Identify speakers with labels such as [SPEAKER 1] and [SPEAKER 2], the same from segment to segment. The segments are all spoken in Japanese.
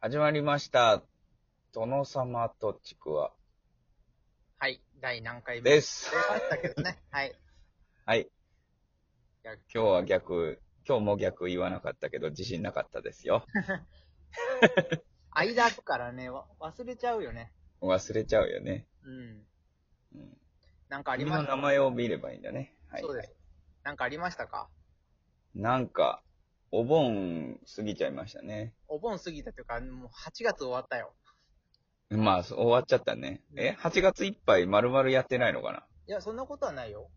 [SPEAKER 1] 始まりました。殿様とちくわ
[SPEAKER 2] はい。第何回目。
[SPEAKER 1] ですす
[SPEAKER 2] こ。れあったけ どね。はい。
[SPEAKER 1] はい。
[SPEAKER 2] いや
[SPEAKER 1] 今日は逆、今日も逆言わなかったけど、自信なかったですよ。
[SPEAKER 2] 間空くからね、わ忘れちゃうよね。
[SPEAKER 1] 忘れちゃうよね。
[SPEAKER 2] うん。
[SPEAKER 1] うん。
[SPEAKER 2] なんかあり
[SPEAKER 1] 君
[SPEAKER 2] ま
[SPEAKER 1] の
[SPEAKER 2] した
[SPEAKER 1] 名前を見ればいいんだね。はい、
[SPEAKER 2] そう
[SPEAKER 1] は
[SPEAKER 2] で
[SPEAKER 1] い。
[SPEAKER 2] す。なんかありましたか
[SPEAKER 1] なんか、お盆過ぎちゃいましたね。
[SPEAKER 2] お盆過ぎたというか、もう8月終わったよ。
[SPEAKER 1] まあ、そう終わっちゃったね。え ?8 月いっぱい丸々やってないのか
[SPEAKER 2] いや、そんなことはないよ。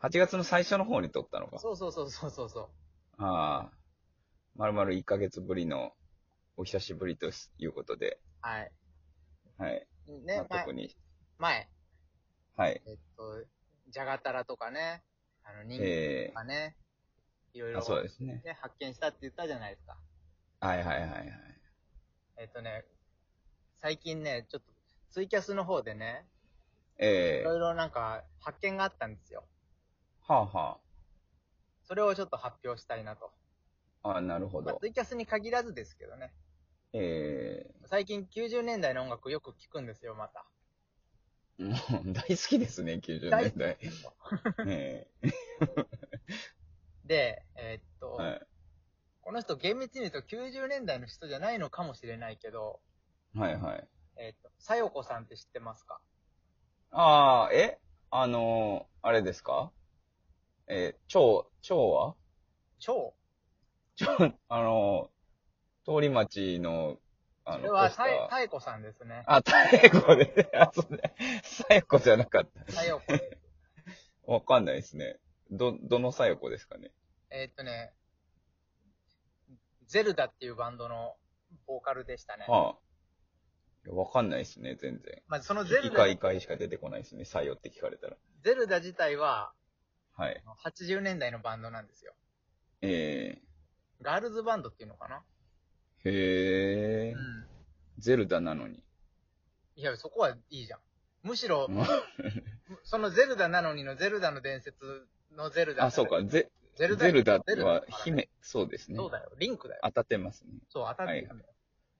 [SPEAKER 1] な ?8 月の最初の方に撮ったのか。
[SPEAKER 2] そうそうそうそうそうそう。
[SPEAKER 1] ああ。丸々1ヶ月ぶりのお久しぶりということで。
[SPEAKER 2] はい。
[SPEAKER 1] はい。
[SPEAKER 2] ね、
[SPEAKER 1] まあ、
[SPEAKER 2] 前
[SPEAKER 1] 特、に。
[SPEAKER 2] 前、
[SPEAKER 1] はい。
[SPEAKER 2] えっと、じゃがたらとかね、あの、人間
[SPEAKER 1] え
[SPEAKER 2] とかね、いろい
[SPEAKER 1] え
[SPEAKER 2] ろ、
[SPEAKER 1] あ、そうですね。
[SPEAKER 2] ね、発見したって言ったじゃないですか。
[SPEAKER 1] はいはいはいはい。
[SPEAKER 2] えっとね、最近ね、ちょっと、ツイキャスの方でね、い
[SPEAKER 1] ええ
[SPEAKER 2] ろいろなんか発見があったんですよ。
[SPEAKER 1] はあは
[SPEAKER 2] それをちょっと発表したいなと。
[SPEAKER 1] あ。ああ、なるほ
[SPEAKER 2] まあ
[SPEAKER 1] ど。
[SPEAKER 2] ツイキャスに限らずですけどね。
[SPEAKER 1] え
[SPEAKER 2] 最近90年代の音楽よく聞くんですよ、また。
[SPEAKER 1] えもう大好きですね、90
[SPEAKER 2] 大
[SPEAKER 1] 年代。え
[SPEAKER 2] で、えーっと、
[SPEAKER 1] えはい
[SPEAKER 2] この人厳密に言うと90年代の人じゃないのかもしれないけど、
[SPEAKER 1] はいはい。
[SPEAKER 2] えーっと、さよこさんって知ってますか
[SPEAKER 1] ああ、えあのーあれですかえー、蝶、蝶は
[SPEAKER 2] 超
[SPEAKER 1] 蝶、あのー通り町の、あ
[SPEAKER 2] そ
[SPEAKER 1] の、
[SPEAKER 2] れは
[SPEAKER 1] ポスタ
[SPEAKER 2] さ
[SPEAKER 1] ー
[SPEAKER 2] え、さえこさんですね。
[SPEAKER 1] あ、太鼓で、ね、あ、そうね。太鼓じゃなかった。
[SPEAKER 2] さよこ。
[SPEAKER 1] わかんないですね。ど、どのさよこですかね。
[SPEAKER 2] えーっとね、ゼルダっていうバンドのボーカルでしたね。
[SPEAKER 1] はあ。いやわかんないですね、全然。
[SPEAKER 2] まあ、そのゼ
[SPEAKER 1] イ
[SPEAKER 2] ルダ
[SPEAKER 1] カ、イカイしか出てこないですね、さよって聞かれたら。
[SPEAKER 2] ゼルダ自体は
[SPEAKER 1] はい。
[SPEAKER 2] 80年代のバンドなんですよ。
[SPEAKER 1] え
[SPEAKER 2] ガールズバンドっていうのかな
[SPEAKER 1] ー、へえ、
[SPEAKER 2] うん。
[SPEAKER 1] ゼルダなのに。
[SPEAKER 2] いや、そこはいいじゃん。むしろ、
[SPEAKER 1] ま
[SPEAKER 2] そのゼルダなのにのゼルダの伝説のゼルダ。
[SPEAKER 1] あ、そう。か、ゼ、
[SPEAKER 2] ゼルダ
[SPEAKER 1] ゼルダ
[SPEAKER 2] ゼルダ
[SPEAKER 1] は姫、そうですね
[SPEAKER 2] そ。うだよ。リンクだよ。
[SPEAKER 1] 当たってますね。
[SPEAKER 2] そう、当たってるんだよ。い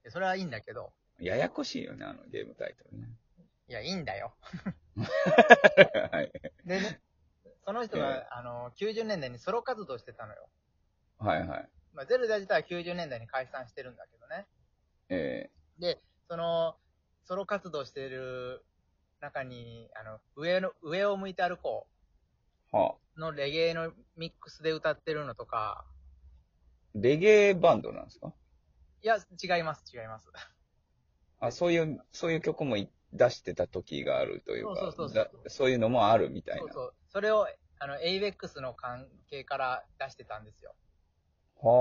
[SPEAKER 2] やそれはいいんだけど、
[SPEAKER 1] ややこしいよね、あのゲームタイトルね。
[SPEAKER 2] いや、いいんだよ。
[SPEAKER 1] はい。
[SPEAKER 2] でね、その人
[SPEAKER 1] ええ
[SPEAKER 2] が、あの、90年代にソロ活動してたのよ。
[SPEAKER 1] はいはい。
[SPEAKER 2] まあ、ゼルダ自体は90年代に解散してるんだけどね。
[SPEAKER 1] え
[SPEAKER 2] その、ソロ活動してる中に、あの、上の、上を向いて歩こう。
[SPEAKER 1] ー、はあ。
[SPEAKER 2] のレゲエのミックスで歌ってるのとか、
[SPEAKER 1] レゲエバンドなんですか
[SPEAKER 2] いや、違います、違います。
[SPEAKER 1] あ、そういう、そういう曲もい出してた時があるというか、
[SPEAKER 2] そうそうそうそう
[SPEAKER 1] だそういうのもあるみたいな。
[SPEAKER 2] そうそう。それを、あの、ABEX の関係から出してたんですよ。
[SPEAKER 1] はあ、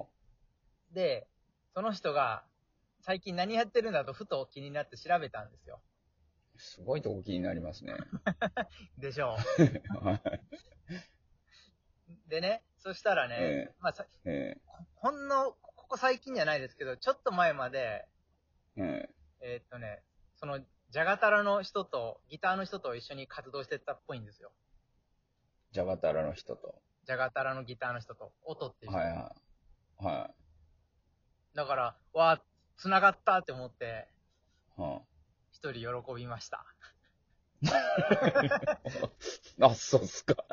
[SPEAKER 1] は
[SPEAKER 2] で、その人が、最近何やってるんだとふと気になって調べたんですよ。
[SPEAKER 1] あ。すごいとこ気になります ね。
[SPEAKER 2] でしょ
[SPEAKER 1] はい。
[SPEAKER 2] う。 でね、そしたらね、
[SPEAKER 1] え
[SPEAKER 2] まあさ、
[SPEAKER 1] ええ
[SPEAKER 2] ほんの、ここ最近じゃないですけど、ちょっと前まで、
[SPEAKER 1] ええ
[SPEAKER 2] えーっとね、その、ジャガタラの人と、ギターの人と一緒に活動してたっぽいんですよ。
[SPEAKER 1] ジャバタラの人と。
[SPEAKER 2] ジャガタラのギターの人と、音っていう人。
[SPEAKER 1] はいはい。は
[SPEAKER 2] だから、わあ、繋がったって思って、
[SPEAKER 1] い。は
[SPEAKER 2] 一人喜びました。
[SPEAKER 1] あ、あそうっすか。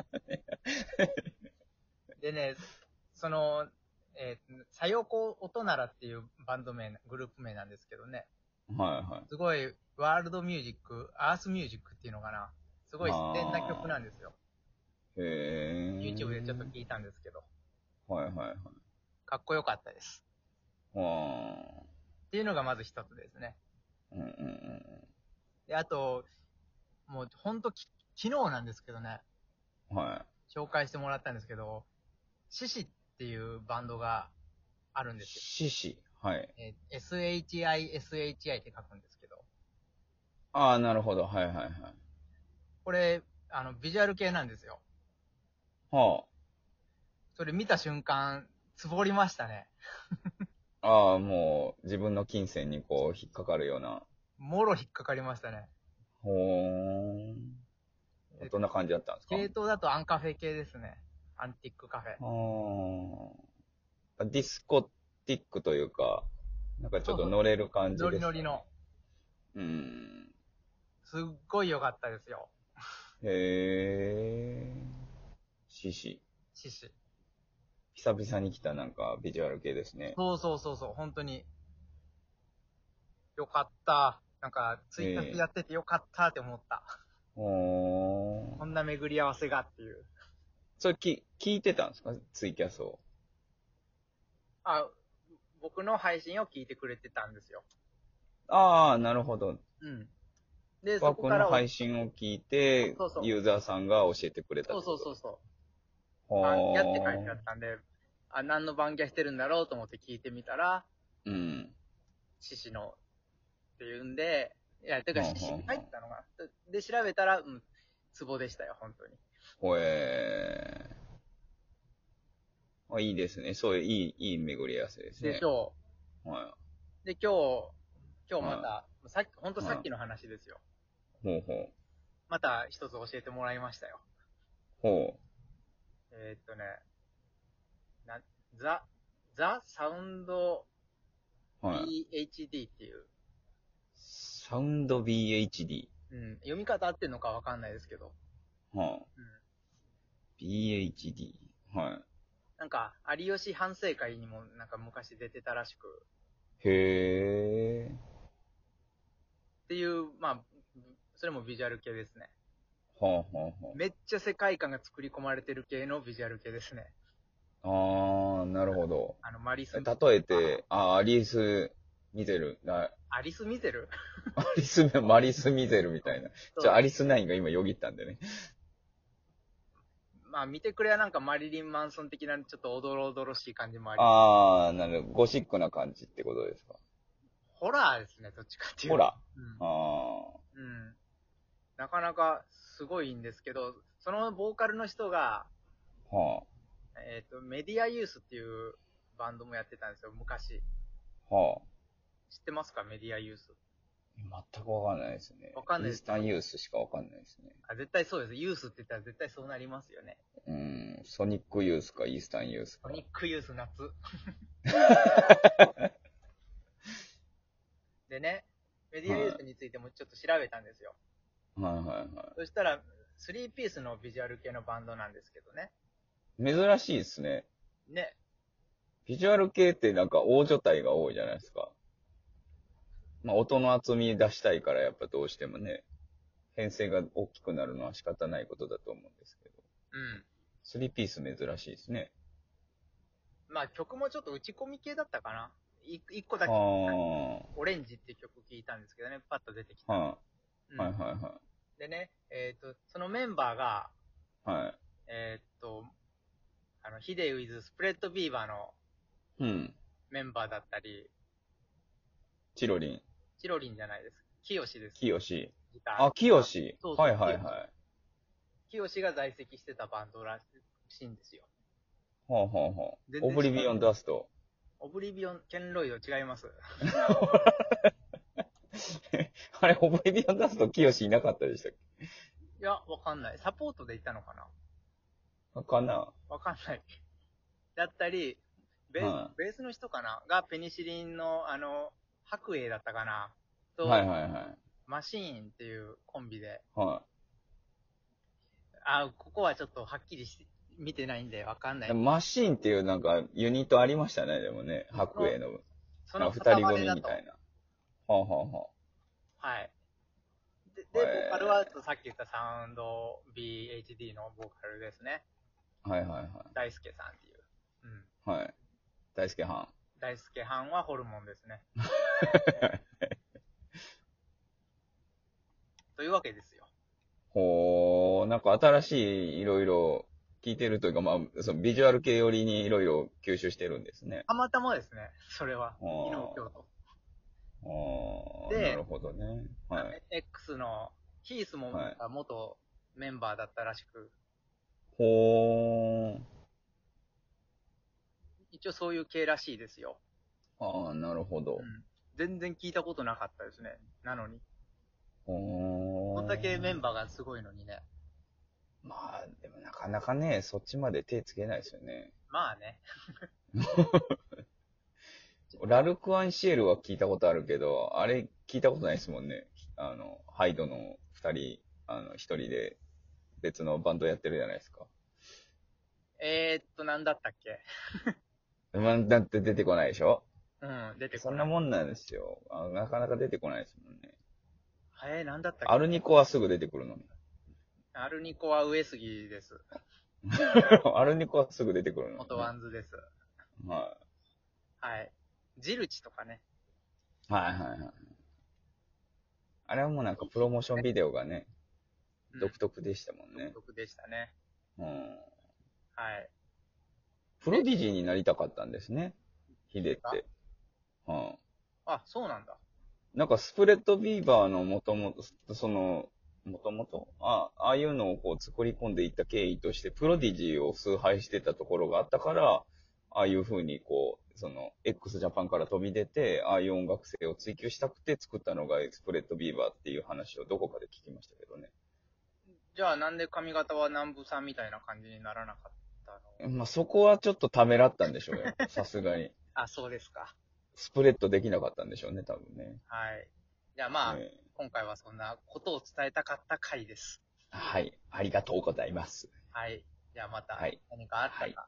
[SPEAKER 2] でね、その、えー、さよこ音ならっていうバンド名、グループ名なんですけどね、
[SPEAKER 1] はいはい。
[SPEAKER 2] すごいワールドミュージック、アースミュージックっていうのかな、すごい自然な曲なんですよ。
[SPEAKER 1] へえ。
[SPEAKER 2] YouTube でちょっと聞いたんですけど、
[SPEAKER 1] はいはいはい。
[SPEAKER 2] かっこよかったです。
[SPEAKER 1] はあ。
[SPEAKER 2] っていうのがまず一つですね。
[SPEAKER 1] うんうんうん
[SPEAKER 2] で、あと、もうほんとき昨日なんですけどね、
[SPEAKER 1] うん。は
[SPEAKER 2] 紹介してもらったんですけど、シシっていうバンドがあるん
[SPEAKER 1] い。
[SPEAKER 2] ですよ。
[SPEAKER 1] 獅子。はい。
[SPEAKER 2] えー SHI、SHI って書くんですけど、
[SPEAKER 1] ああ、なるほど。はいはいはい。
[SPEAKER 2] これ、あの、ビジュアル系なんですよ。
[SPEAKER 1] は
[SPEAKER 2] それ見た瞬間、つぼりましたね。
[SPEAKER 1] あ。ああ、もう自分の金銭にこう引っかかるような。
[SPEAKER 2] もろ引っかかりましたね。
[SPEAKER 1] ほーん。どんな感じだったんですか
[SPEAKER 2] 系統だとアンカフェ系ですね。アンティックカフェ。
[SPEAKER 1] はあ。ディスコティックというか、なんかちょっと乗れる感じです、
[SPEAKER 2] ノリノリの。。
[SPEAKER 1] うん。
[SPEAKER 2] すっごい良かったですよ。
[SPEAKER 1] へえ。シシ。
[SPEAKER 2] 獅子。
[SPEAKER 1] 久々に来たなんかビジュアル系ですね。
[SPEAKER 2] そうそうそうそう、本当に。良かった。なんか、追
[SPEAKER 1] え
[SPEAKER 2] 加
[SPEAKER 1] え
[SPEAKER 2] やってて良かったって思った。
[SPEAKER 1] おー
[SPEAKER 2] こんな巡り合わせがっていう。
[SPEAKER 1] それき聞いてたんですかツイキャスを。
[SPEAKER 2] あ、僕の配信を聞いてくれてたんですよ。
[SPEAKER 1] ああ、なるほど。
[SPEAKER 2] うん。で、そこ
[SPEAKER 1] 僕
[SPEAKER 2] か
[SPEAKER 1] の
[SPEAKER 2] らは
[SPEAKER 1] 配信を聞いて
[SPEAKER 2] そうそ、う
[SPEAKER 1] ユーザーさんが教えてくれた
[SPEAKER 2] そ
[SPEAKER 1] と。
[SPEAKER 2] うそうそうそう。
[SPEAKER 1] ほー
[SPEAKER 2] あやって書いてあったんで、あ、何の番ギャしてるんだろうと思って聞いてみたら、
[SPEAKER 1] うん。
[SPEAKER 2] 獅子のっていうんで、いや、てか
[SPEAKER 1] ほう
[SPEAKER 2] 獅
[SPEAKER 1] ほう
[SPEAKER 2] 子に入ったのが、で、調べたら、うん、ツボでしたよ、本当に。
[SPEAKER 1] ほえー。あ、いいですね。そういう、いい、いい巡り合わせですね。
[SPEAKER 2] で、今
[SPEAKER 1] は
[SPEAKER 2] 日、で、今日、今日また、さっき、本当
[SPEAKER 1] うん
[SPEAKER 2] さっきの話ですよ。
[SPEAKER 1] い。ほうほう。
[SPEAKER 2] また一つ教えてもらいましたよ。
[SPEAKER 1] ほ
[SPEAKER 2] えーっとね、な、ザ、ザ・サウンド
[SPEAKER 1] う。はい。
[SPEAKER 2] PHD っていう、
[SPEAKER 1] サウンド BHD。
[SPEAKER 2] うん、読み方合ってるのかわかんないですけど、
[SPEAKER 1] はあ、
[SPEAKER 2] うん、
[SPEAKER 1] BHD。は
[SPEAKER 2] なんか、有吉反省会にもなんか昔出てたらしく、
[SPEAKER 1] い。へえ。
[SPEAKER 2] っていう、まあ、それもビジュアル系ですね。
[SPEAKER 1] はあ、はあ、はあ。
[SPEAKER 2] めっちゃ世界観が作り込まれてる系のビジュアル系ですね。
[SPEAKER 1] あー、なるほど。
[SPEAKER 2] あの、マリス、
[SPEAKER 1] 例えて、あ、アリス・ミゼル、な
[SPEAKER 2] アリス・ミゼル
[SPEAKER 1] アリス、マリス・ミゼルみたいな。じゃあ、アリスナインが今よぎったんでね。
[SPEAKER 2] まあ、見てくれはなんかマリリン・マンソン的なちょっとおどろおどろしい感じもあり、
[SPEAKER 1] あー、なるほど。ゴシックな感じってことですか。
[SPEAKER 2] ホラーですね、どっちかっていうと。
[SPEAKER 1] ほら。
[SPEAKER 2] うん
[SPEAKER 1] あ
[SPEAKER 2] うん。なかなかすごいんですけど、そのボーカルの人が、
[SPEAKER 1] ー、は
[SPEAKER 2] えっ、と、メディアユースっていうバンドもやってたんですよ、昔。
[SPEAKER 1] あ、はあ。
[SPEAKER 2] 知ってますかメディアユース。
[SPEAKER 1] 全くわかんないですね。
[SPEAKER 2] わかんな
[SPEAKER 1] イ
[SPEAKER 2] いで
[SPEAKER 1] ー
[SPEAKER 2] す
[SPEAKER 1] スタンユースしかわかんないですね。
[SPEAKER 2] あ、絶対そうです。ユースって言ったら絶対そうなりますよね。
[SPEAKER 1] うん、ソニックユースかイースタンユース
[SPEAKER 2] ソ
[SPEAKER 1] か。
[SPEAKER 2] ニックユー ス夏。でね、メディアユースについてもちょっと調べたんですよ。
[SPEAKER 1] はいはい
[SPEAKER 2] そしたら、3ピースのビジュアル系のバンドなんですけどね。
[SPEAKER 1] はい。珍しいですね。
[SPEAKER 2] ね、
[SPEAKER 1] ビジュアル系ってなんか大所帯が多いじゃないですか。まあ音の厚み出したいからやっぱどうしてもね、編成が大きくなるのは仕方ないことだと思うんですけど。
[SPEAKER 2] うん。
[SPEAKER 1] スリーピース珍しいですね。
[SPEAKER 2] まあ曲もちょっと打ち込み系だったかな。い一個
[SPEAKER 1] あ
[SPEAKER 2] だけ、
[SPEAKER 1] あ、は
[SPEAKER 2] オレンジって曲聞いたんですけどね、パッと出てき
[SPEAKER 1] い、
[SPEAKER 2] た。
[SPEAKER 1] はいはいは
[SPEAKER 2] うんでね、えっ、と、そのメンバーが、
[SPEAKER 1] い。は
[SPEAKER 2] えっ、と、あの、ヒデウィズ・スプレッド・ビーバーの
[SPEAKER 1] い。うん。
[SPEAKER 2] メンバーだったり、
[SPEAKER 1] チロリン、
[SPEAKER 2] チロリンじゃないです。キヨシです。
[SPEAKER 1] キヨシ。
[SPEAKER 2] ギター
[SPEAKER 1] あ、キヨ。シ
[SPEAKER 2] そう。そう
[SPEAKER 1] はいはいはい。
[SPEAKER 2] キヨシが在籍してたバンドらしいんですよ。
[SPEAKER 1] はあはあは
[SPEAKER 2] 全
[SPEAKER 1] あ。
[SPEAKER 2] 然
[SPEAKER 1] オブリビオンダスト。
[SPEAKER 2] オブリビオン、ケンロイド違います。
[SPEAKER 1] あれ、オブリビオンダスト、キヨシいなかったでしたっ
[SPEAKER 2] いや、わかんない。サポートで行ったのかな
[SPEAKER 1] けかな
[SPEAKER 2] わかんない。だったり、ベース,、
[SPEAKER 1] は
[SPEAKER 2] ベースの人かながペニシリンの、あの、白衣だったかなと、
[SPEAKER 1] はいはいはい。
[SPEAKER 2] マシーンっていうコンビで、
[SPEAKER 1] は
[SPEAKER 2] あ、ここはちょっとはっきりし見てないんでわかんない
[SPEAKER 1] い。マシーンっていうなんかユニットありましたね、でもね。白衣の。
[SPEAKER 2] そ
[SPEAKER 1] なん
[SPEAKER 2] の
[SPEAKER 1] か二人
[SPEAKER 2] 塊
[SPEAKER 1] 組
[SPEAKER 2] だ
[SPEAKER 1] み
[SPEAKER 2] と
[SPEAKER 1] たいな。はあはあは
[SPEAKER 2] はい。で、で
[SPEAKER 1] へ
[SPEAKER 2] ボ
[SPEAKER 1] ー
[SPEAKER 2] ーカルはさっき言ったサウンド BHD のボーカルですね。
[SPEAKER 1] あ。はいはいは
[SPEAKER 2] 大輔さんっていう。うん。
[SPEAKER 1] い。はい。大輔は
[SPEAKER 2] 大輔班はホルモンで すね。というわけですよ。
[SPEAKER 1] ほー、なんか新しいいろいろ聞いてるというか、まあ、そのビジュアル系寄りにいろいろ吸収してるんですね。
[SPEAKER 2] たまたまですね、それは。
[SPEAKER 1] あー
[SPEAKER 2] 昨日、今日と。
[SPEAKER 1] ああ、
[SPEAKER 2] で
[SPEAKER 1] なるほどね。はい。
[SPEAKER 2] X のヒースも
[SPEAKER 1] はい
[SPEAKER 2] 元メンバーだったらしく、
[SPEAKER 1] ほー。
[SPEAKER 2] 一応そういう系らしいですよ。
[SPEAKER 1] ああ、なるほど
[SPEAKER 2] う。ん全然聞いたことなかったですね。なのに。
[SPEAKER 1] ほー
[SPEAKER 2] こんだけメンバーがすごいのにね。
[SPEAKER 1] まあ、でもなかなかね、そっちまで手つけないですよね。
[SPEAKER 2] まあね。
[SPEAKER 1] ラルク・アンシエルは聞いたことあるけど、あれ聞いたことないですもんね。あの、ハイドの二人、あの、一人で別のバンドやってるじゃないですか。
[SPEAKER 2] えー、っと、なんだったっけ
[SPEAKER 1] まあ、だって出てこないでしょ
[SPEAKER 2] うん、出て
[SPEAKER 1] そ
[SPEAKER 2] こ
[SPEAKER 1] ん
[SPEAKER 2] な。
[SPEAKER 1] ないもんなんですよあ。なかなか出てこないですもんね。
[SPEAKER 2] えー、なんだったっけ
[SPEAKER 1] アルニコはすぐ出てくるのに。
[SPEAKER 2] アルニコは上杉です。
[SPEAKER 1] アルニコはすぐ出てくるのに。
[SPEAKER 2] 元ワンズです。
[SPEAKER 1] は
[SPEAKER 2] はい。ジルチとかね。
[SPEAKER 1] い。はいはいはい。あれはもうなんかプロモーションビデオがね、
[SPEAKER 2] うん
[SPEAKER 1] 独特でしたもんね
[SPEAKER 2] 独。特でしたね。
[SPEAKER 1] うん。
[SPEAKER 2] はい。
[SPEAKER 1] プロディジーになりたかったんですね。ヒデって。うん。
[SPEAKER 2] あ、そうなんだ。
[SPEAKER 1] なんかスプレッドビーバーのもともと、その、もともとあああいうのをこう作り込んでいった経緯として、プロディジーを崇拝してたところがあったから、ああいう風にこう、その、x ジャパンから飛び出て、ああいう音楽性を追求したくて作ったのがスプレッドビーバーっていう話をどこかで聞きましたけどね。
[SPEAKER 2] じゃあなんで髪型は南部さんみたいな感じにならなかったの
[SPEAKER 1] まあ、そこはちょっとためらったんでしょう よ。さすがに。
[SPEAKER 2] あ、そうですか。
[SPEAKER 1] スプレッドできなかったんでしょうね、多分ね。
[SPEAKER 2] はい。じゃあまあ、
[SPEAKER 1] ええ
[SPEAKER 2] 今回はそんなことを伝えたかった回です。
[SPEAKER 1] はい。ありがとうございます。
[SPEAKER 2] はい。じゃあまた
[SPEAKER 1] はい、
[SPEAKER 2] 何かあった
[SPEAKER 1] はい
[SPEAKER 2] ら、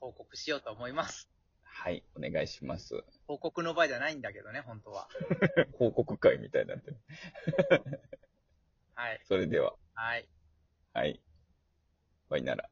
[SPEAKER 2] 報告しようと思います。
[SPEAKER 1] はい。お願いします。
[SPEAKER 2] 報告の場合じゃないんだけどね、本当は。
[SPEAKER 1] 報告会みたいになってる。
[SPEAKER 2] はい。
[SPEAKER 1] それでは、
[SPEAKER 2] はい。
[SPEAKER 1] はい。バイなら。